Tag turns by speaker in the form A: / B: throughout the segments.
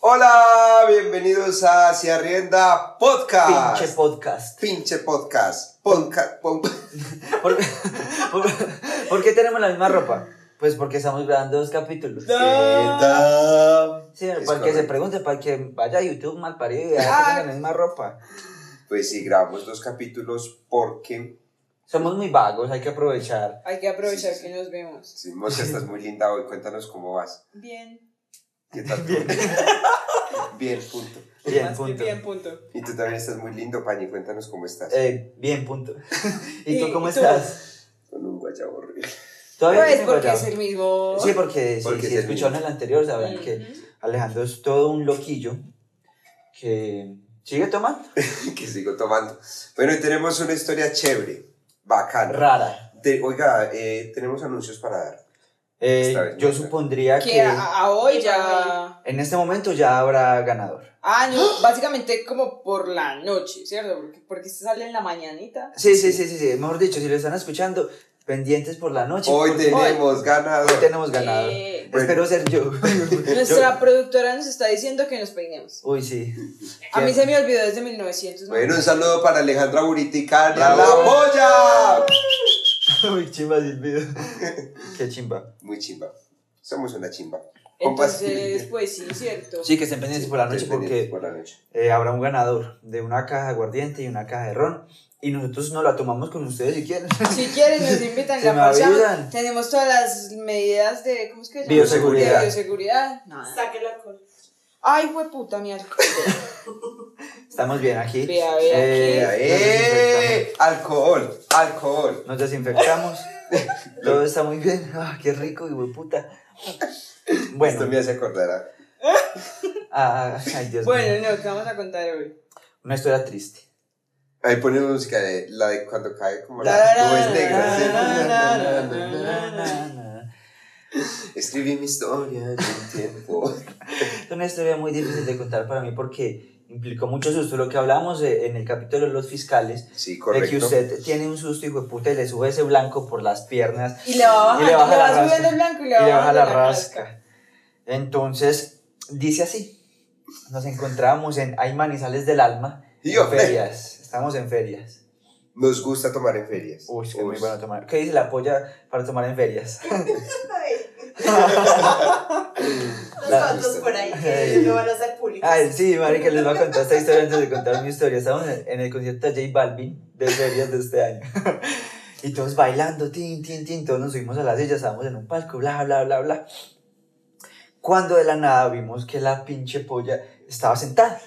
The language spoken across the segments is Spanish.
A: Hola, bienvenidos a Hacia Rienda Podcast.
B: Pinche podcast.
A: Pinche podcast. Podcast. pon-
B: ¿Por, por, por qué tenemos la misma ropa? Pues porque estamos grabando dos capítulos.
A: Rienda.
B: Sí, para
A: Es
B: que se
A: correcto.
B: pregunte, para que vaya a YouTube mal parido y vea que
C: Ah.
B: tenemos la misma ropa.
A: Pues sí, grabamos dos capítulos porque
B: Somos muy vagos, hay que aprovechar.
C: Hay que aprovechar
A: Sí, sí,
C: que nos vemos.
A: sí, Mosca, estás muy linda hoy. Cuéntanos cómo vas.
C: Bien.
A: ¿Qué tal? tú? Bien, punto.
B: Bien,
C: Más que
B: punto.
C: Bien, punto.
A: Y tú también estás muy lindo, Pañi. Cuéntanos cómo estás.
B: Eh, bien, punto. ¿Y tú
C: ¿Y
B: cómo
C: tú?
B: estás?
A: Con un guayabo horrible.
B: ¿Todavía
C: Pues
B: tienes
C: porque es
B: guayabo?
C: el mismo.
B: Sí, porque,
A: Porque
B: si, si
A: es el
B: escucharon el anterior sabrán que
C: Ujú.
B: Alejandro es todo un loquillo que sigue tomando.
A: que sigo tomando. Bueno, y tenemos una historia chévere, bacana.
B: Rara.
A: De- oiga, eh, tenemos anuncios para dar.
B: Eh,
A: Esta vez no
B: yo
A: sé.
B: supondría
C: Que
B: que
C: a, a hoy ya.
B: en este momento ya habrá ganador.
C: Ah, no, básicamente como por la noche, ¿cierto? Porque, porque se sale en la mañanita.
B: Sí, sí, sí, sí, sí. Mejor dicho, si lo están escuchando, pendientes por la noche.
A: Hoy
B: porque
A: tenemos ganado.
B: hoy tenemos ganado.
C: Eh,
A: Bueno.
B: Espero ser yo.
C: nuestra productora nos está diciendo que nos peinemos.
B: Uy, sí.
C: A mí
B: ¿Quién?
C: se me olvidó desde 1900. ¿no?
A: Bueno, un saludo para Alejandra Buritica, la
B: Bravo.
A: polla.
B: Uy, chimba, silbido. Qué chimba.
A: Muy chimba. Somos una chimba. Compas.
C: Entonces, pues sí, ¿cierto?
B: Sí, que estén pendientes por la noche porque
A: Por la noche.
B: eh, habrá un ganador de una caja de aguardiente y una caja de ron. Y nosotros nos la tomamos con ustedes si quieren.
C: Si quieren, nos invitan
B: Se
C: la
B: me
C: parchamos.
B: olvidan.
C: Tenemos todas las medidas de. ¿Cómo es que se llama?
B: Bioseguridad.
C: De bioseguridad. Nada.
D: Saque el alcohol.
C: Ay, hueputa, mi alcohol.
B: Estamos bien aquí.
C: Vea, vea,
B: Eh,
A: Mira, ¡Eh! Alcohol, alcohol.
B: Nos desinfectamos. Todo está muy bien. Ah, qué rico y puta.
A: Esto
B: Bueno,
A: me hace acordar. a-
B: ah, ay, Dios mío.
C: Bueno, no, te vamos a contar hoy.
B: Una historia triste.
A: Ahí ponemos música de la de cuando cae como las nubes negras.
B: Es
A: ¿sí? Escribí mi historia en un tiempo.
B: una historia muy difícil de contar para mí porque implicó mucho susto. Lo que hablamos eh, en el capítulo de los fiscales,
A: Sí,
B: de que
A: correcto.
B: usted tiene un susto hijo de puta y le sube ese blanco por las piernas
C: Y le va
B: Y
C: bajando,
B: le
C: le
B: baja la
C: va
B: rasca.
C: subiendo el blanco y
B: y
C: le va
B: le baja
C: bajando
B: la rasca. Entonces, dice así. Nos encontramos en Hay Manizales del Alma,
A: Y
B: en
A: yo,
B: ferias. Estamos en ferias.
A: Nos gusta tomar en ferias.
B: Uy, es que es muy bueno tomar. ¿Qué dice la polla para tomar en ferias?
D: Nosotros por ahí que no van a ser públicos.
B: Ay, sí, marica, les voy a contar esta historia antes de contar mi historia. Estamos en, en el concierto de J Balvin de ferias de este año. Y todos bailando, tin, tin, tin, todos nos subimos a las sillas, estábamos en un palco, bla, bla, bla, bla. Cuando de la nada vimos que la pinche polla estaba sentada.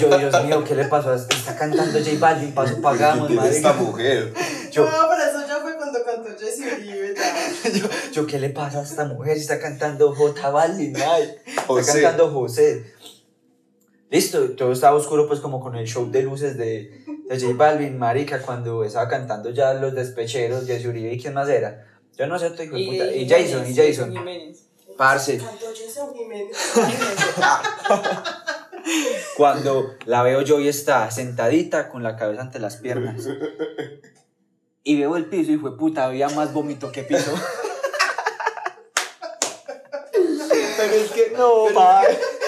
B: Yo, Dios mío, ¿qué le pasó? Está cantando J Balvin, paso pagamos,
A: ¿Quién es esta
B: marica.
A: mujer?
B: Yo,
D: No, pero eso ya fue cuando cantó Jessy Uribe. ¿no?
B: yo, yo, ¿qué le pasa a esta mujer? Está cantando J Balvin, ay. está
A: José.
B: cantando José. Listo, todo estaba oscuro, pues como con el show de luces de, de J Balvin, marica, cuando estaba cantando ya Los Despecheros, Jessy Uribe y quién más era. Yo no sé, estoy hijo de puta. Y Jason, y Jason.
C: Jiménez.
B: Parce,
D: Cantó Jessy Uribe.
B: cuando la veo yo y está sentadita con la cabeza ante las piernas. Y veo el piso y fue puta, había más vómito que piso. Pero es que no, pa.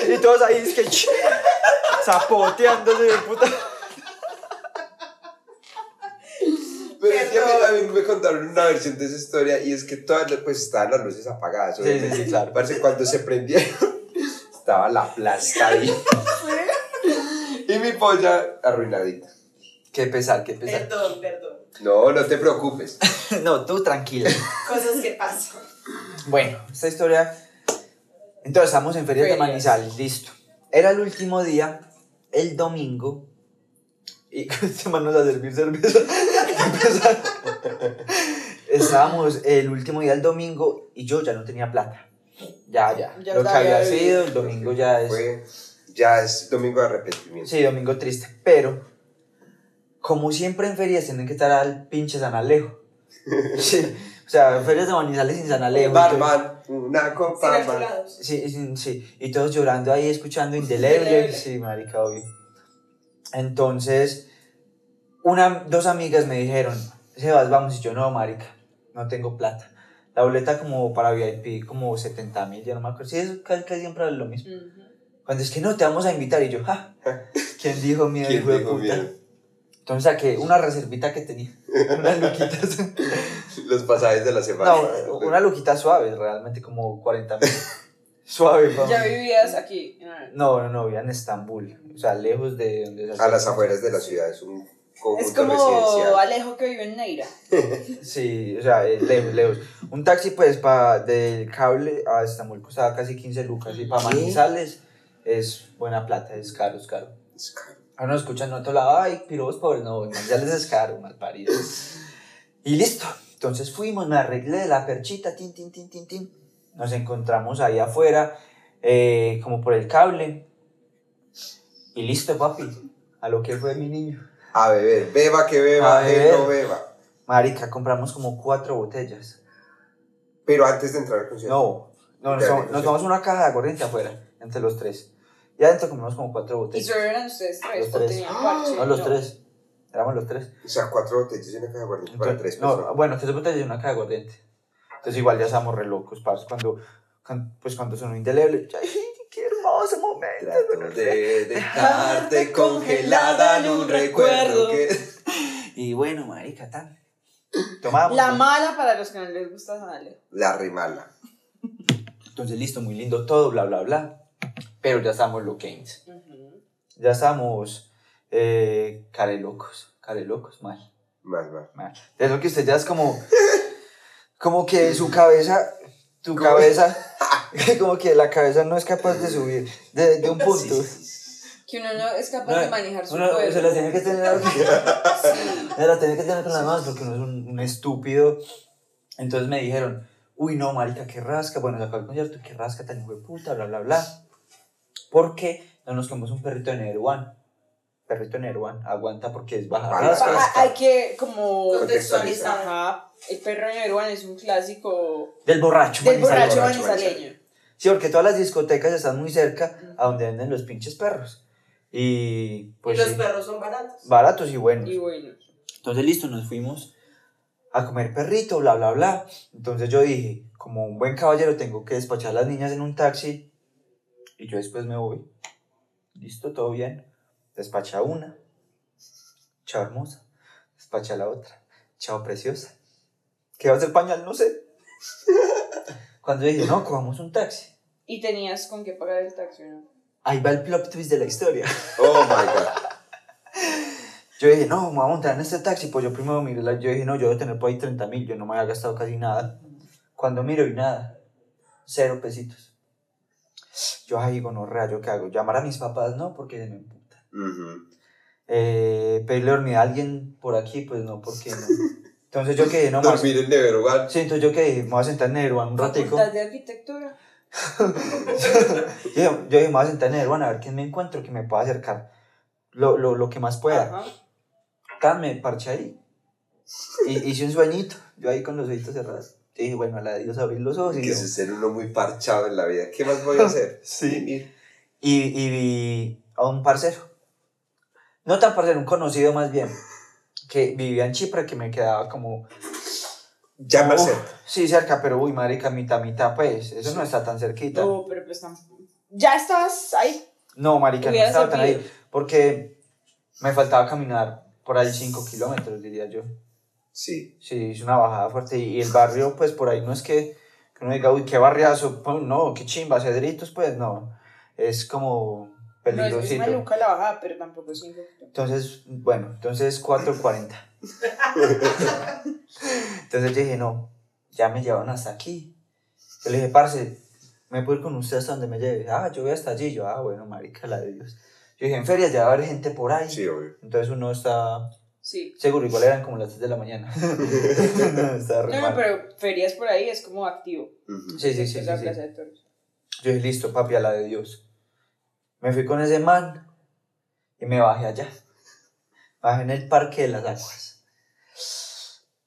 B: Y todos ahí es que ch- zapoteándose de puta.
A: Pero es que a mí, a mí me contaron una versión de esa historia y es que todas las- pues estaban las luces apagadas.
B: Sí, sí,
A: obviamente.
B: sí, claro.
A: Parece que cuando se prendieron estaba la plasta ahí. y mi polla arruinadita.
B: Qué pesar, qué pesar.
D: Perdón, perdón.
A: No, no te preocupes.
B: No, tú tranquila.
D: Cosas que pasan.
B: Bueno, esta historia. Entonces, estamos en Ferias, de
C: Ferias.
B: Manizales, listo. Era el último día, el domingo. Y con este man nos va a servir cerveza. Empezar. Estábamos el último día, el domingo, y yo ya no tenía plata. Ya, ya.
C: Ya
B: Lo que
C: estaba
B: había
C: bebido.
B: sido, el domingo ya es.
A: Fue- ya es domingo de arrepentimiento.
B: Sí, domingo triste, pero como siempre en ferias tienen que estar al pinche San Alejo. Sí, o sea, ferias de Manizales sin San Alejo.
A: Barman, una
D: Sin
A: copa más.
D: alcoholados.
B: Sí, sí, sí, y todos llorando ahí, escuchando Indeleble.
C: Indeleble.
B: Sí, marica, obvio. Entonces, una, dos amigas me dijeron, Sebas, vamos, y yo no, marica, no tengo plata. La boleta como para VIP, como 70 mil, ya no me acuerdo. Sí, es casi, casi siempre es lo mismo. Cuando es que no, te vamos a invitar. Y yo, ja, ¿quién dijo miedo,
A: ¿Quién
B: hijo de
A: dijo
B: puta?
A: miedo?
B: Entonces saqué una reservita que tenía. Unas luquitas.
A: Los pasajes de la semana.
B: No, una luquita suave, realmente como 40 mil. Suave, pa'
C: Ya
B: mí.
C: vivías aquí. ah.
B: No, no, no, vivía en Estambul. O sea, lejos de donde se
A: A
B: hace-
A: las afueras de la ciudad es un conjunto
C: Es como
A: residencial.
C: Alejo que vive en Neira.
B: Sí, o sea, eh, lejos, lejos. Un taxi, pues, pa, del cable a Estambul costaba casi 15 lucas. Y para
A: ¿Qué?
B: Manizales es buena plata, es caro, es caro.
A: Es caro.
B: Ahora nos escuchan en otro lado, ay, pirobos pobres, no, en Manizales es caro, mal parido. Y listo. Entonces fuimos, me arreglé de la perchita, tin, tin, tin, tin, tin. Nos encontramos ahí afuera, eh, como por el cable. Y listo, papi. A lo que fue mi niño.
A: A beber, beba que beba,
B: A
A: él no
B: beber.
A: beba.
B: Marica, compramos como cuatro botellas.
A: Pero antes de entrar al concierto.
B: No, no, nos,
A: Ya,
B: tomamos-
A: ya,
B: nos
A: ya.
B: tomamos una caja de aguardiente afuera, entre los tres. Y adentro comimos como cuatro
C: Y
B: botellas.
C: solo eran ustedes tres,
B: Los
C: o
B: tres.
C: tenían parche.
B: No, los tres. Éramos los tres.
A: O sea, cuatro botellas y una caja de aguardiente para
B: Entonces,
A: tres
B: no,
A: personas.
B: bueno, tres botellas y una caja de aguardiente. Entonces igual ya estábamos re locos, parce, cuando, cuando- pues cuando sonó indeleble. yo, ¡Ay, qué hermoso momento!
A: Trato de dejarte congelada en un recuerdo que...
B: Y bueno, marica, tan. Tomamos.
C: La mala para los que no les gusta San Alejo.
A: La rimala.
B: Entonces listo, muy lindo todo, bla, bla, bla. Pero ya estábamos loquenses.
C: Ujú.
B: ya estamos eh, carelocos, carelocos, mal,
A: Mal, mal.
B: mal. Es lo que usted ya es como, como que su cabeza, tu cabeza, como que la cabeza no es capaz de subir de, de un punto.
C: Que uno no es capaz
B: No,
C: de manejar su
B: uno
C: cuerpo.
B: se la tiene que tener, se la tiene que tener con las manos porque uno es un, un estúpido. Entonces me dijeron, uy no, marica, qué rasca, bueno, se acabó el concierto, qué rasca tan hijo de puta, bla, bla, bla. Porque no nos comemos un perrito de Neruan. Perrito de Neruan, aguanta porque es baja
A: Baja.
B: rasca.
C: Ah, Hay que como
A: Contextualizar.
C: Ajá. El perro neruano es un clásico
B: Del borracho,
C: del
B: manizaleño.
C: borracho
A: borracho
C: manizaleño.
B: Sí, porque todas las discotecas están muy cerca a donde venden los pinches perros. Y pues
D: los
B: sí,
D: perros son baratos.
B: baratos y buenos.
C: Y bueno.
B: Entonces, listo, nos fuimos a comer perrito, bla, bla, bla. Entonces yo dije, como un buen caballero, tengo que despachar a las niñas en un taxi y yo después me voy. Listo, todo bien. Despacha una. Chao, hermosa. Despacha la otra. Chao, preciosa. ¿Qué va a hacer pañal? No sé. Cuando dije, no, cojamos un taxi.
C: Y tenías con qué pagar el taxi, ¿no?
B: Ahí va el plot twist de la historia.
A: Oh my god.
B: Yo dije, no, me voy a montar en este taxi. Pues yo primero miré, la, yo dije, no, yo voy a tener por ahí 30 mil. Yo no me había gastado casi nada. Cuando miro y nada, cero pesitos. Yo ahí digo, no, rea, ¿yo qué hago? Llamar a mis papás, no, porque se me emputan.
A: Ujú.
B: Eh, pedirle dormida a alguien por aquí, pues no, porque no. Entonces yo que dije, no, más. Sí,
A: Dormir en Neverwhere.
B: entonces yo que dije, me voy a sentar en Neruan un ratico.
C: Facultad de arquitectura.
B: Yo, yo dije, me voy a sentar en Neruan a ver quién me encuentro que me pueda acercar lo, lo, lo que más pueda.
C: Ajá.
B: Tan me parché ahí. Y, hice un sueñito, yo ahí con los ojitos cerrados. Y dije, bueno, a la de Dios abrir los ojos. Y,
A: Que
B: yo-
A: es ser uno muy parchado en la vida. ¿Qué más voy a hacer?
B: Sí.
A: Ir.
B: y, y vi a un parcero. No tan parcero, un conocido más bien. Que vivía en Chipre, que me quedaba como.
A: Ya me
B: uf,
A: acerco.
B: sí, cerca, pero uy, marica, mitad, mitad, pues. Eso no está tan cerquita. No,
C: No, pero pues tampoco. Ya estabas ahí.
B: marica, no
C: Hubiera
B: estaba tan
C: servido.
B: ahí. Porque me faltaba caminar por ahí 5 kilómetros, diría yo.
A: Sí.
B: Sí, es una bajada fuerte. Y y el barrio, pues por ahí no es que, que uno diga, uy, qué barriazo, pum, no, qué chimba, cedritos, pues no. Es como
C: No es muy
B: peligrosito.
C: maluca la bajada, pero tampoco es injusto.
B: Entonces, bueno, entonces 4.40. entonces yo dije, no, ya me llevaron hasta aquí. Yo le dije, parce, me puedo ir con usted hasta donde me lleve. Ah, yo voy hasta allí. Yo, ah, bueno, marica, la de Dios. Yo dije, en ferias ya va a haber gente por ahí.
A: Sí, obvio.
B: Entonces uno está
C: Sí.
B: seguro, igual eran como las 3 de la mañana. Estaba re
C: No,
B: mal.
C: no, pero ferias por ahí es como activo.
A: Ujú.
B: Sí, sí, sí. sí,
C: Es la
B: sí.
C: plaza de toros.
B: Yo dije, listo, papi, a la de Dios. Me fui con ese man y me bajé allá. Bajé en el Parque de las Aguas.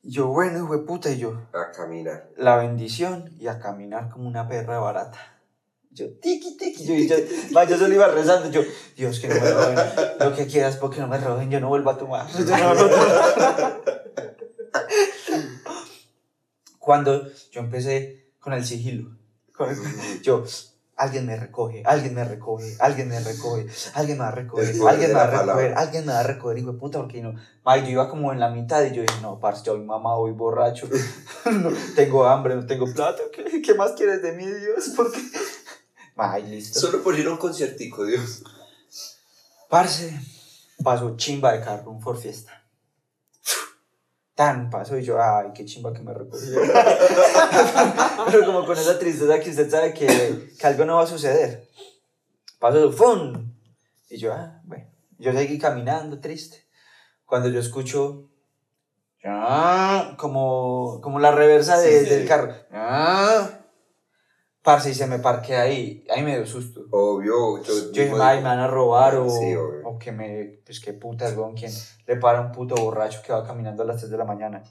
B: Y Yo, bueno, hijo de puta, y yo,
A: A caminar.
B: la bendición y a caminar como una perra barata. Yo, tiqui, tiqui, yo, y yo, ma, yo solo iba rezando, yo, Dios, que no me roben, lo que quieras, porque no me roben, yo no vuelvo a tomar. Yo no vuelvo a tomar. cuando yo empecé con el sigilo. con- yo, alguien me recoge, alguien me recoge, alguien me recoge, alguien me va a recoger,
A: El poder
B: alguien
A: de
B: me va a
A: la palabra.
B: recoger, alguien me va a recoger, hijo de puta, porque no. Mae, yo iba como en la mitad y yo dije, no, parce, yo voy mamá, voy borracho, no, tengo hambre, no tengo plata, ¿qué, qué más quieres de mí, Dios? Porque. Mae, listo.
A: Solo por ir a un conciertico, Dios.
B: Parce, pasó chimba de carro, un Ford Fiesta. Tan pasó y yo, ay, qué chimba que me recogió. Pero como con esa tristeza que usted sabe que, que algo no va a suceder. Pasó su ¡fum! Y yo, ah, bueno. Yo seguí caminando triste. Cuando yo escucho "Ah", como, como la reversa de-
A: Sí, sí.
B: del carro. "Ah". Parce, y se me parqué ahí. Ahí me dio susto.
A: Obvio, yo,
B: Pues, Yo dije,
A: mismo
B: ay, me van a robar o,
A: Sí, obvio.
B: o que me, pues qué putas, weón, quién le para a un puto borracho que va caminando a las 3 de la mañana.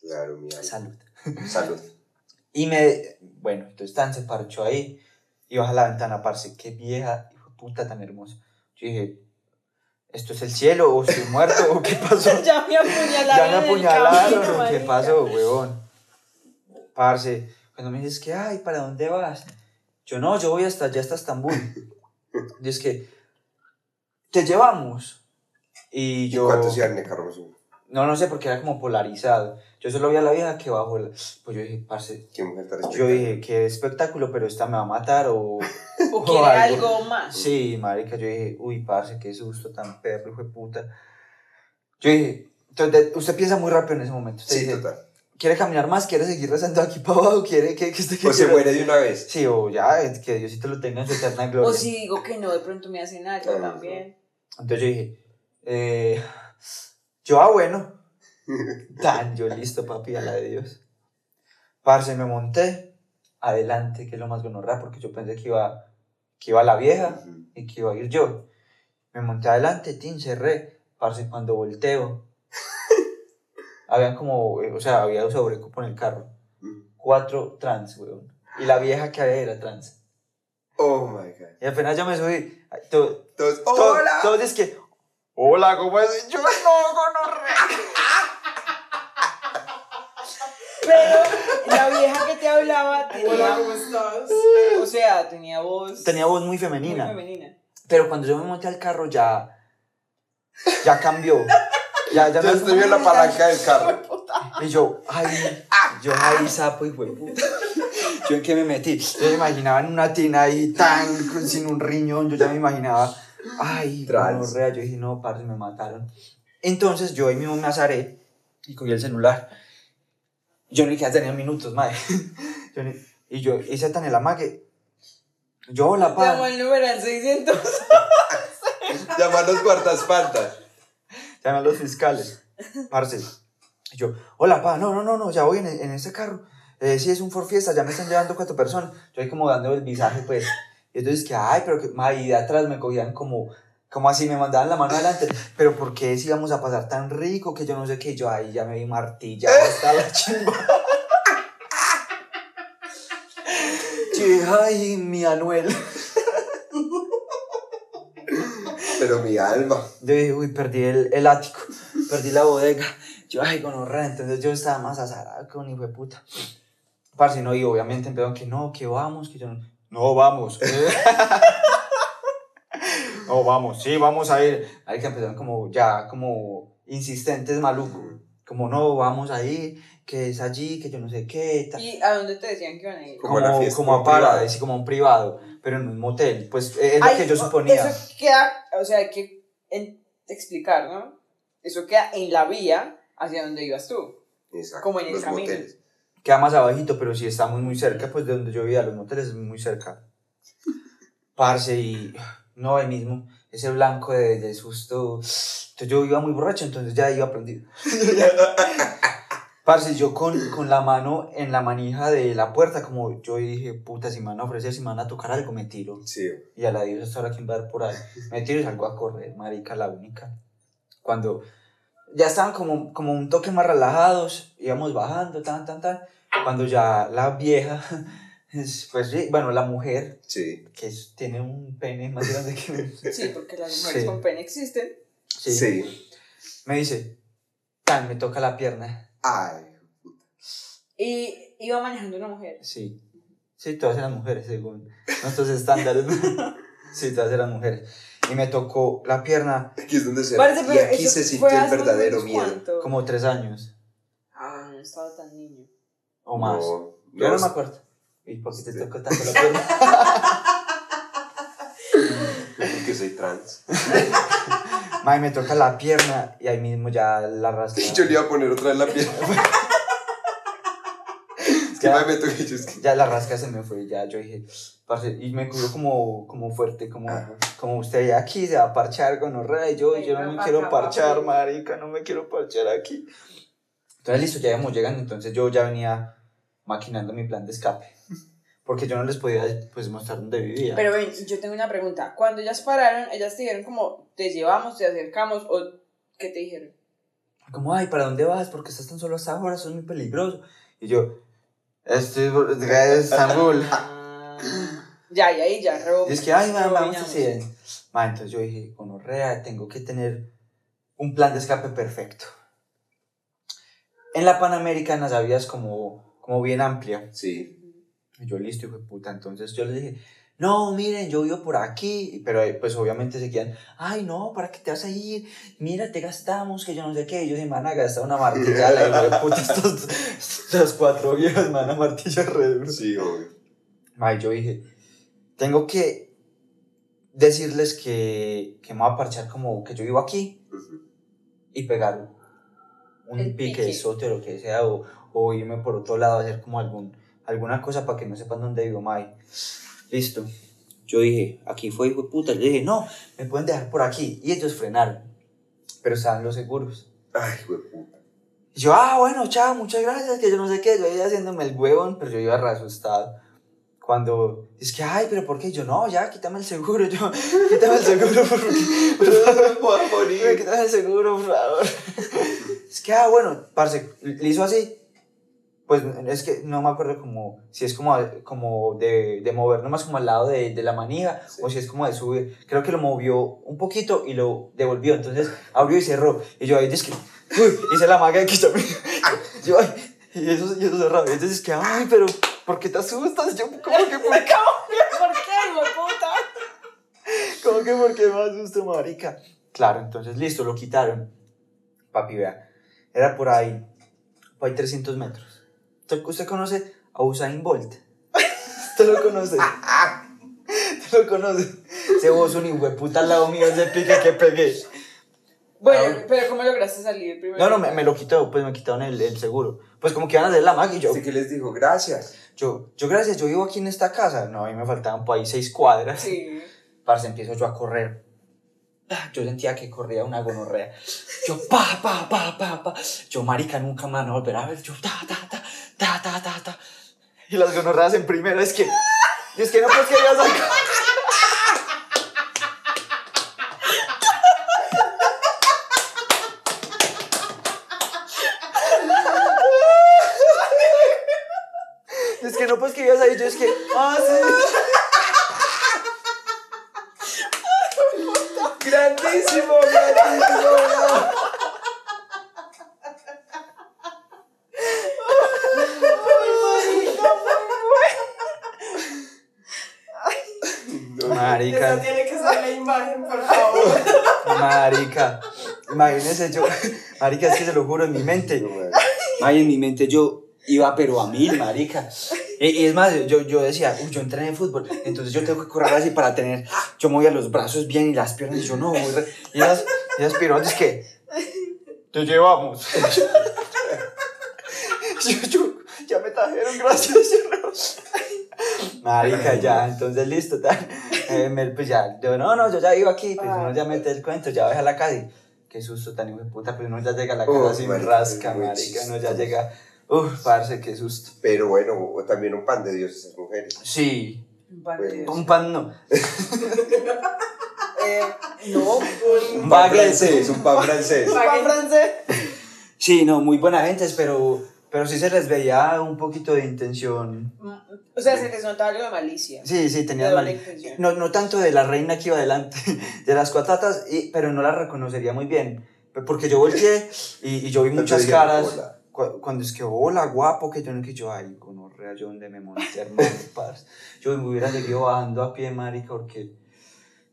A: Claro, mi alma.
B: Salud.
A: Salud.
B: Y me, bueno, entonces tan se parchó ahí y baja la ventana, parce, qué vieja, hijo de puta tan hermosa. Yo dije, ¿esto es el cielo o estoy muerto o qué pasó?
C: ya me apuñalaron.
B: ya me apuñalaron,
C: en el camino,
B: ¿qué
C: marica.
B: pasó, weón? Parce, cuando me dices que, ay, ¿para dónde vas? Yo no, yo voy hasta allá, hasta Estambul. Y es que, te llevamos. Y
A: ¿Y
B: yo...
A: cuántos llevan en el carro? más o menos?
B: No, no sé, porque era como polarizado. Yo solo vi a la vieja que bajó la- Pues yo dije, parce,
A: ¿Qué mujer tan
B: yo
A: espectacular?
B: dije, qué espectáculo, pero esta me va a matar o...
C: O quiere
B: algo.
C: algo más.
B: Sí, marica, yo dije, uy, parce, qué susto tan perro, hijo de puta. Yo dije, entonces, usted piensa muy rápido en ese momento. Usted
A: Sí,
B: dice,
A: total.
B: ¿Quiere caminar más? ¿Quiere seguir rezando aquí para abajo? ¿Quiere que, que usted
A: O Pues se
B: quiera-
A: muere de una vez.
B: Sí, o ya, es que Diosito lo tenga en su eterna gloria.
C: O si digo que no, de pronto me hacen algo
A: Claro,
C: también.
B: Entonces yo dije, eh, yo, ah, bueno. Tan, yo listo, papi, a la de Dios. Parce, me monté. Adelante, que es lo más gonorrea, porque yo pensé que iba, que iba la vieja
A: Ujú.
B: y que iba a ir yo. Me monté adelante, tin, cerré. Parce, cuando volteo, habían como, eh, o sea, había un sobrecupo en el carro. Mm.
A: Ujú.
B: cuatro trans, weón. Y la vieja que había era trans.
A: Oh my god.
B: Y apenas yo me subí, ay, to-
A: Entonces,
B: to-
A: ¡Hola!
B: todos dicen que, hola, ¿cómo es? Y Yo no, gonorrea.
C: Pero la vieja que te hablaba
D: Hola,
C: tenía,
D: ¿cómo estás?
C: o sea, tenía voz
B: Tenía voz muy
C: muy
B: femenina.
C: femenina.
B: Pero cuando yo me monté al carro ya, ya cambió. Ya, ya
A: Ya
B: no-
A: estoy viendo la palanca del carro.
B: Y yo, ay, yo ay, sapo y huevo. Yo en qué me metí. Yo me imaginaba en una tina ahí tan con- sin un riñón. Yo ya me imaginaba, ay,
A: Trans.
B: gonorrea. Yo dije, no, parce, me mataron. Entonces yo ahí mismo me azaré y cogí el celular. Yo ni siquiera tenía minutos, madre. Yo ni- y yo hice tan el amague. Yo, la
C: Llamó
B: pa.
C: el número al 600.
A: Llamanos cuartas pantas.
B: Llaman los fiscales. Parce. Y yo, hola, pa, no, no, no, no, ya voy en, en ese carro. Eh, sí, es un Ford Fiesta, ya me están llevando cuatro personas. Yo ahí como dando el visaje, pues. Y entonces que, ay, pero que, ma, y de atrás me cogían como, como así, me mandaban la mano adelante. Pero ¿por qué si íbamos a pasar tan rico que yo no sé qué? Yo ahí ya me vi martilla hasta la chimba. Yo dije, ay, mi Anuel.
A: Pero mi alma.
B: Yo dije, uy, perdí el, el ático, perdí la bodega. Yo, ay, con horror, entonces yo estaba más azarado que un hijo de puta. Parce, no, y obviamente empezaron que no, que vamos, que yo no. No vamos. no vamos, sí, vamos a ir. Ahí que empezaron como ya, como insistentes, maluco. Como no, vamos a ir, que es allí, que yo no sé qué. tal
C: ¿Y a dónde te decían que iban a ir?
A: Como a la
B: como,
A: fiesta,
B: como
A: un
B: a
A: privado.
B: Paradise, y como a un privado, pero en un motel. Pues eh, es lo
C: Ay,
B: que yo
C: o-
B: suponía.
C: Eso queda, o sea, hay que en- explicar, ¿no? Eso queda en la vía hacia donde ibas tú.
A: Exacto.
C: Como en el
A: los
C: camino.
A: moteles.
B: queda más abajito, pero si estamos muy cerca, pues de donde yo vivía, los moteles es muy cerca. Parce y no, ahí mismo, ese blanco de, de susto. Entonces yo iba muy borracho, entonces ya iba prendido. Parce, yo con, con la mano en la manija de la puerta, como yo dije, puta, si me van a ofrecer, si me van a tocar algo, me tiro.
A: Sí.
B: Y a la diosa hasta ahora quién va a dar por ahí. Me tiro y salgo a correr, marica, la única. Cuando ya estaban como, como un toque más relajados, íbamos bajando, tan, tan, tan. Cuando ya la vieja, es, pues sí, bueno, la mujer,
A: Sí.
B: que es- tiene un pene más grande que
C: Sí, porque las mujeres
B: Sí.
C: con pene existen.
A: Sí.
B: sí, me dice, tan, me toca la pierna.
A: Ay.
C: Y iba manejando una mujer.
B: Sí. Sí, todas eran mujeres, según nuestros estándares. sí, todas eran mujeres. Y me tocó la pierna
A: Aquí es donde se.
C: Parce,
A: y
C: pero
A: aquí
C: eso
A: se sintió
C: fue
A: el
C: hace más o
A: verdadero
C: menos
A: miedo.
C: cuánto.
B: como tres años
C: Ah, no estaba tan niño.
B: o más.
A: No,
B: Yo no
A: no,
B: me acuerdo. ¿Y por qué te
A: Sí.
B: tocó tanto la pierna?
A: porque soy trans.
B: May, me toca la pierna y ahí mismo ya la rasca.
A: Yo le iba a poner otra vez la pierna. es que
B: Ya.
A: me meto y yo es que.
B: Ya la rasca se me fue, ya yo dije, parce, y me cubrió como, como fuerte, como,
A: Ajá.
B: como usted aquí se va a parchar con horror, y yo, y yo no me
D: Venga,
B: quiero
D: pa'
B: parchar,
D: acá,
B: marica, no me quiero parchar aquí. Entonces, listo, ya íbamos llegando, entonces yo ya venía maquinando mi plan de escape, porque yo no les podía, pues, mostrar dónde vivía.
C: Pero ven, yo tengo una pregunta. Cuando ellas pararon, ellas te dijeron como, te llevamos, te acercamos, o ¿qué te dijeron?
B: como, ay, ¿para dónde vas? Porque estás tan solo hasta ahora, eso es muy peligroso. Y yo, estoy en Estambul.
C: Ya, ya, ahí ya, robo.
B: Y Ah. es que, ay, man,
C: robo,
B: vamos a
C: ñamos.
B: hacer. Ma, entonces yo dije, gonorrea, tengo que tener un plan de escape perfecto. En la Panamericana sabías como, como bien amplia.
A: Sí.
B: Y yo, listo, hijo de puta. Entonces yo les dije, no, miren, yo vivo por aquí. Y- Pero eh, pues obviamente se quedan, ay, no, ¿para qué te vas a ir? Mira, te gastamos, que yo no sé qué. Y yo, sí, me van a gastar una martilla. La puta, estos, estas cuatro viejas me van a martillar re duro.
A: Sí, obvio.
B: Mae, yo dije, tengo que decirles que, que me voy a parchar como que yo vivo aquí
A: Ujú.
B: y pegar un
C: El
B: pique
C: pique.
B: de sote o lo que sea, o, o irme por otro lado a hacer como algún, alguna cosa para que no sepan dónde vivo, Mae. Listo. Yo dije, aquí fue hijo de puta. Yo dije, no, me pueden dejar por aquí. Y ellos frenaron. Pero estaban los seguros.
A: Ay, güey, puta.
B: Y yo, ah, bueno, chao, muchas gracias, que yo no sé qué, yo iba haciéndome el huevón, pero yo iba re asustado. Cuando, es que, ay, pero ¿por qué? Yo, no, ya, quítame el seguro, yo, quítame el seguro, por
A: Pero
B: favor,
A: me voy a morir.
B: quítame el seguro, por favor. Es que, ah, bueno, parce, le hizo así, pues, es que no me acuerdo como, si es como, como de, de mover nomás como al lado de, de la manija,
A: Sí.
B: o si es como de subir, creo que lo movió un poquito y lo devolvió, entonces abrió y cerró, y yo ahí, es que, uy, hice la maga de quítame. Yo, ay, y eso, y eso cerrado. Y entonces que, ay, pero, ¿por qué te asustas? Yo, ¿cómo que por qué?
C: ¿Por qué, hijo de puta?
B: ¿Cómo que por qué me asusto, marica? Claro, entonces, listo, lo quitaron. Papi, vea, era por ahí, por ahí 300 metros. ¿Usted- ¿Usted conoce a Usain Bolt? ¿Usted lo conoce? ¿Usted lo conoce? Se vos un hijueputa al lado mío, ese pique que pegué.
C: Bueno, pero ¿cómo lograste salir primero?
B: No, no, me, me lo quitó, pues me quitaron el, el seguro. Pues como que iban a hacer la magia y yo,
A: Así que les dijo, gracias.
B: Yo, yo gracias, yo vivo aquí en esta casa. No, a mí me faltaban por ahí seis cuadras.
C: Sí.
B: Parce, empiezo yo a correr. Ah, Yo sentía que corría una gonorrea. Yo, pa, pa, pa, pa, pa. Yo, marica, nunca me van a volver a ver. Yo, ta, ta, ta, ta, ta, ta, ta. Y las gonorreas en primera, es que... Y es que no, pues que ya sacar. Y Es que no, pues que ibas ahí, yo es que, ah, sí.
A: Grandísimo, grandísimo. No,
B: Marica.
D: Esa tiene que ser la imagen, por favor.
B: Marica, imagínense yo, marica, es que se lo juro en mi mente.
A: no, man.
B: Ay, en mi mente yo iba pero a mil, marica. Y, y es más, yo, yo decía, uy, yo entrené en fútbol, entonces yo tengo que correr así para tener, yo movía los brazos bien y las piernas, y yo no, voy re- y las, y las pirotes que, te llevamos. yo, yo, ya me trajeron, gracias. yo no. Marica, ya, entonces listo, tal. Eh, me- pues ya, yo, no, no, yo ya vivo aquí, pues uno ya mete el cuento, ya baja a la casa y, qué susto tan hijo de puta, pues uno ya llega a la casa
A: Oh,
B: así me
A: marica,
B: rasca,
A: muy
B: marica, uno ya
A: chistoso.
B: llega, uff, parce, qué susto.
A: Pero bueno, o también un pan de Dios esas mujeres.
B: Sí,
C: Vale.
B: un pan no,
C: Eh, no,
B: un
C: un
A: Un pan
B: baguette.
A: francés, un pan francés.
C: pan francés.
B: Sí, no, muy buena gente, pero, pero sí se les veía un poquito de intención.
C: O sea, se les notaba algo de malicia.
B: Sí, sí,
C: De
B: tenían
C: doble
B: mal.
C: intención.
B: No, no tanto de la reina que iba adelante, de las cuatatas, y- pero no la reconocería muy bien. Porque yo volteé y, y yo vi
A: Entonces
B: muchas
A: dijeron,
B: caras.
A: "Hola".
B: cu- cuando es que, hola, guapo, que yo no, que yo, ay, gonorrea, yo donde me monté, hermano, parce. Yo me hubiera seguido bajando a pie, marica, porque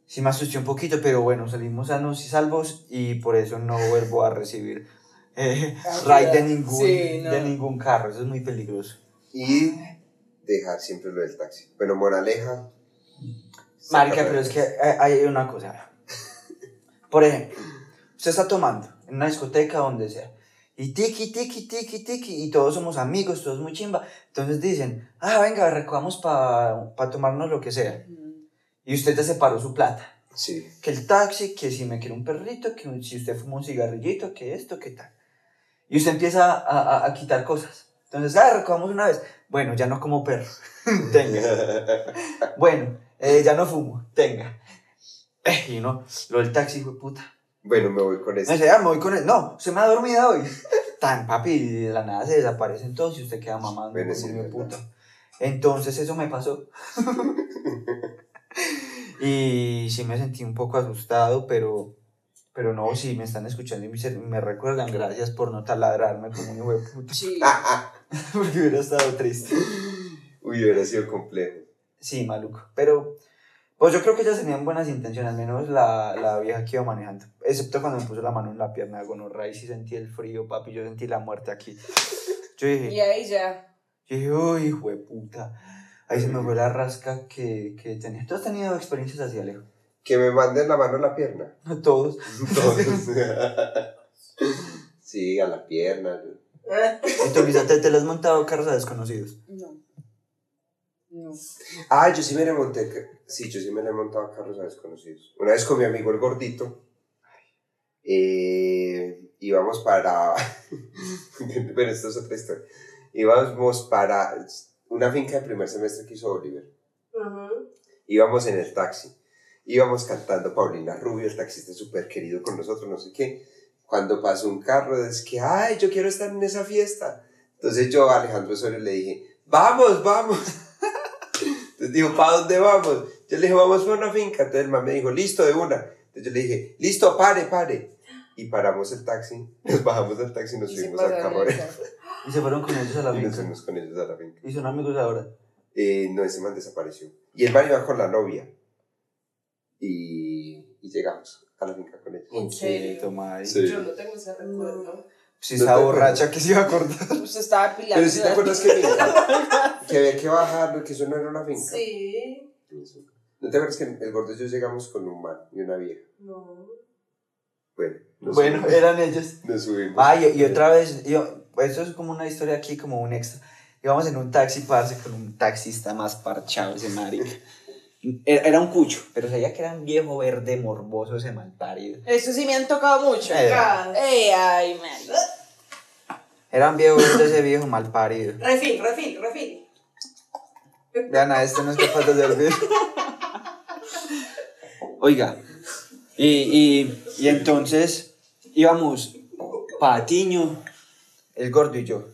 B: sí me asusté un poquito, pero bueno, salimos sanos y salvos y por eso no vuelvo a recibir eh,
C: Ah,
B: ride de
C: sí,
B: ningún,
C: no.
B: de ningún carro, eso es muy peligroso.
A: Y dejar siempre lo del taxi. Bueno, moraleja.
B: Marica,
A: saca
B: pero es que
A: redes.
B: hay hay una cosa. Por ejemplo, usted está tomando en una discoteca donde sea. Y tiki, tiki, tiki, tiki. Y todos somos amigos, todos muy chimba. Entonces dicen, ah, venga, recogamos para tomarnos lo que sea. Y usted ya separó su plata.
A: Sí.
B: Que el taxi, que si me quiere un perrito, que un- si usted fuma un cigarrillito, que esto, que tal. Y usted empieza a, a- a quitar cosas. Entonces, ah, recogamos una vez. Bueno, ya no como perro. Tenga. Bueno, eh, ya no fumo, tenga. Eh, y no, lo del taxi, fue puta.
A: bueno, me voy con
B: Me
A: eso.
B: dice, ah, me voy con él. No, se me ha dormido hoy. Tan papi, y de la nada se desaparecen todos y usted queda mamando.
A: Bueno,
B: como
A: sí,
B: hijo de
A: es
B: puta.
A: verdad.
B: Entonces eso me pasó. y sí me sentí un poco asustado, pero, pero no, si me están escuchando y me, dicen- me recuerdan, gracias por no taladrarme como un hijo de puta.
C: Sí.
B: Ah, Porque hubiera estado triste.
A: Uy, hubiera sido complejo.
B: Sí, maluco. Pero, pues yo creo que ellas tenían buenas intenciones, al menos la, la vieja que iba manejando. Excepto cuando me puso la mano en la pierna de gonorrea y sí sentí el frío, papi. Yo sentí la muerte aquí. Yo
C: Y
B: dije,
C: ahí ya.
B: yo dije uy, hijo de puta. Ahí se me fue la rasca que, que tenía. ¿Tú has tenido experiencias así, Alejo?
A: Que me manden la mano a la pierna.
B: Todos.
A: Entonces. sí, a la pierna.
B: Y tú, Lisa, ¿te, te las has montado carros a desconocidos?
C: No. No.
A: Ah, yo sí me le monté. ca- Sí, yo sí me le he montado a carros a desconocidos. Una vez con mi amigo el gordito. eh, íbamos para. Pero esto es otra historia. Íbamos para una finca de primer semestre que hizo Oliver.
D: Ujú.
A: íbamos en el taxi, íbamos cantando Paulina Rubio, el taxista súper querido con nosotros, no sé qué. Cuando pasó un carro, es que, ay, yo quiero estar en esa fiesta. Entonces yo a Alejandro Osorio le dije, vamos, vamos. Entonces dijo, ¿para dónde vamos? Yo le dije, vamos para una finca. Entonces el man me dijo, listo, de una. Entonces yo le dije, listo, pare, pare. Y paramos el taxi, nos bajamos del taxi y nos
C: Y se
A: subimos al
C: pasaron
A: carro
C: el carro.
B: Y se fueron con ellos a la
A: y nos
B: finca.
A: fuimos con ellos a la finca.
B: Y son amigos ahora.
A: Eh, no, ese man desapareció. Y el man iba con la novia. Y, y llegamos a la finca con él.
D: ¿En serio?
B: Toma ahí.
A: Sí.
D: Yo no tengo ese recuerdo.
B: Si
A: No te
B: esa
A: acuerdas.
B: borracha que se iba a cortar.
C: Usted estaba pilando.
A: Pero si te acuerdas que, que había que bajarlo, que eso no era una finca.
D: Sí.
A: Eso. ¿No te acuerdas que el gordo y yo llegamos con un man y una vieja?
D: No.
A: Bueno, nos
B: Bueno,
A: subimos.
B: eran ellos.
A: Nos subimos.
B: Ah, y, y otra vez, yo, eso es como una historia aquí, como un extra. Íbamos en un taxi, parce, con un taxista más parchado ese marica. Era era un cucho, pero sabía que era un viejo verde morboso ese malparido.
C: Eso sí me han tocado mucho.
B: Eh.
D: Acá.
C: Ey, ay, man.
B: Era un viejo verde ese viejo malparido.
D: Refil, refil, refil.
B: Vean, a este no es capaz de servir. Oiga, y, y, y entonces íbamos Patiño, el gordo y yo.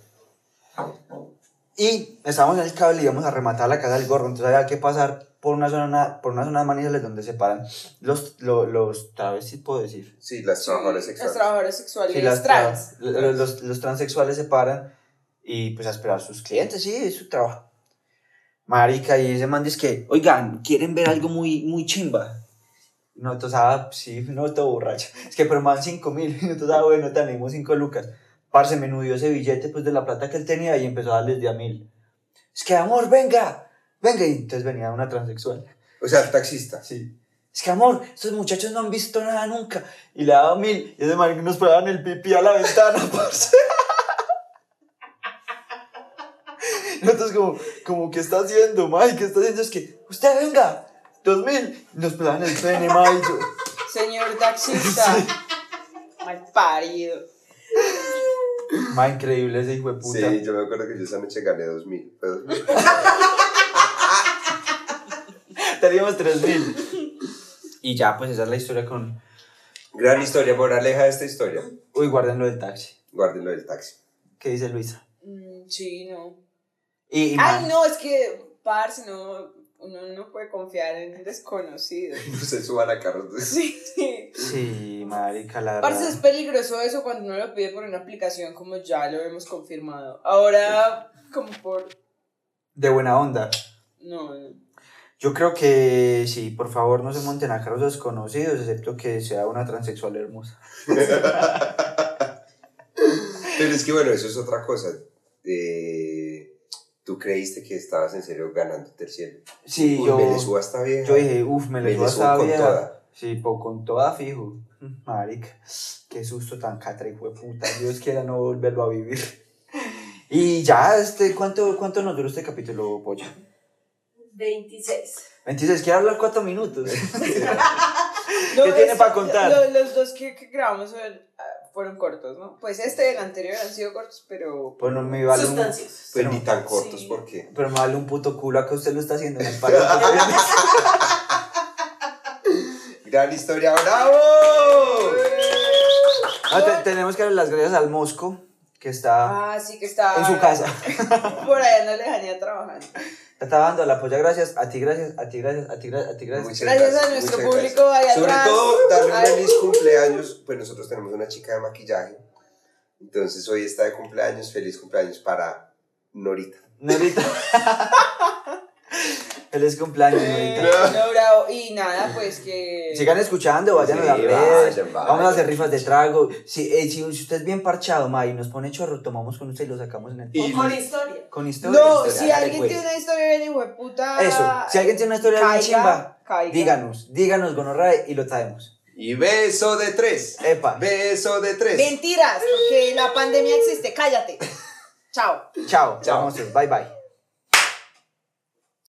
B: Y estábamos en el cable y íbamos a rematar la casa del gordo, entonces había que pasar por una zona, por una zona de manizales donde se paran los, lo- los travestis, puedo decir.
A: Sí, las trabajadoras
C: Los
A: sexuales.
C: trabajadores sexuales.
B: Sí,
C: y las trans.
B: tra- lo- Los, los transexuales se paran y pues a esperar sus clientes, sí, es su trabajo. Marica, y ese man dice que, oigan, ¿quieren ver algo muy, muy chimba? No, tú sabes, sí, no, todo borracho. Es que, pero man, cinco mil. Y Nosotros, ah, bueno, tenemos cinco lucas. Parce, menudió ese billete, pues, de la plata que él tenía y empezó a darles de a mil. Es que, amor, venga, venga. Y entonces venía una transexual.
A: O sea, el taxista.
B: Sí. Es que amor, estos muchachos no han visto nada nunca. Y le daba mil. Y ese marico nos paraban el pipí a la ventana, parce. Nosotros como, como, ¿qué está haciendo, Mike? ¿Qué está haciendo? Es que, usted venga, dos mil. Y Nos paraban el pene, Mike. Yo,
C: Señor taxista. Mal parido.
B: "Ma, increíble ese hijo de puta.
A: Sí, yo me acuerdo que yo esa noche gané 2000. Fue 2000.
B: Teníamos tres mil. Y ya, pues esa es la historia con...
A: Gran historia, moraleja de esta historia.
B: Uy, guárdenlo del taxi.
A: Guárdenlo del taxi.
B: ¿Qué dice Luisa?
C: Mm, sí, no.
B: Y, y,
C: Ay,
B: man,
C: no, es que, parce, no. Uno no puede confiar en desconocidos.
A: No se suban a carros.
C: Sí.
B: Sí, marica, la
C: Parce, es
B: verdad.
C: peligroso eso cuando uno lo pide por una aplicación, como ya lo hemos confirmado. Ahora, como por.
B: De buena onda.
C: No, no.
B: Yo creo que sí, por favor no se monten a carros desconocidos, excepto que sea una transexual hermosa.
A: Pero es que bueno, eso es otra cosa. Eh, Tú creíste que estabas en serio ganándote el cielo.
B: Sí,
A: Uy,
B: yo,
A: me les subo a esta vieja.
B: yo dije, uff, me
A: me
B: les
A: le
B: voy
A: subo
B: a
A: con
B: vieja.
A: toda.
B: Sí, po, con toda fijo. Marica, qué susto tan catra y puta. Dios quiera no volverlo a vivir. Y ya, este, ¿cuánto, cuánto nos duró este capítulo, Pocho?
D: 26.
B: 26, quiero hablar cuatro minutos.
C: No,
B: ¿Qué tiene
C: es-
B: para contar?
C: lo- los dos que, que grabamos eh, fueron cortos, ¿no? Pues este y el anterior han sido cortos, pero.
B: Bueno, me vale un,
D: Sustanciosos.
A: Pues ni tan cortos
D: Sí.
A: porque.
B: pero me vale un puto culo a que usted lo está haciendo. Me parece.
A: ¡Gran historia! ¡Bravo!
B: Ah, te- tenemos que darle las gracias al Mosco, que está
C: Ah, sí que está.
B: en su casa.
C: Por allá en la lejanía trabajando.
B: Está dando la polla, gracias, a ti gracias, a ti gracias, a ti gracias, a ti gracias.
A: Muchas
C: Gracias a nuestro
A: muchas
C: público allá
A: Sobre
C: atrás.
A: todo, darle un
C: Ay.
A: feliz cumpleaños. Pues nosotros tenemos una chica de maquillaje. Entonces hoy está de cumpleaños. Feliz cumpleaños para Norita.
B: Norita. Feliz cumpleaños,
C: Eh,
B: Norita.
C: no, bravo. Y nada, pues que.
B: Sigan escuchando, vayan a las
A: Sí,
B: redes.
A: vayan, vayan.
B: Vamos a hacer rifas de trago. Si, eh, si usted es bien parchado, ma, y nos pone chorro, tomamos con usted y lo sacamos en el
A: Y-
D: Con historia.
B: con historias.
C: No,
B: Dale,
A: historia,
C: si alguien
B: pues.
C: tiene una historia bien hijo de puta.
B: Eso, si alguien tiene una historia bien
C: caiga,
B: chimba,
C: caiga.
B: díganos, díganos, gonorrae, y lo traemos.
A: Y beso de tres.
B: Epa,
A: Beso de tres.
C: Mentiras, porque la pandemia existe. Cállate. Chao.
B: chao,
A: Chao.
B: chao, bye bye.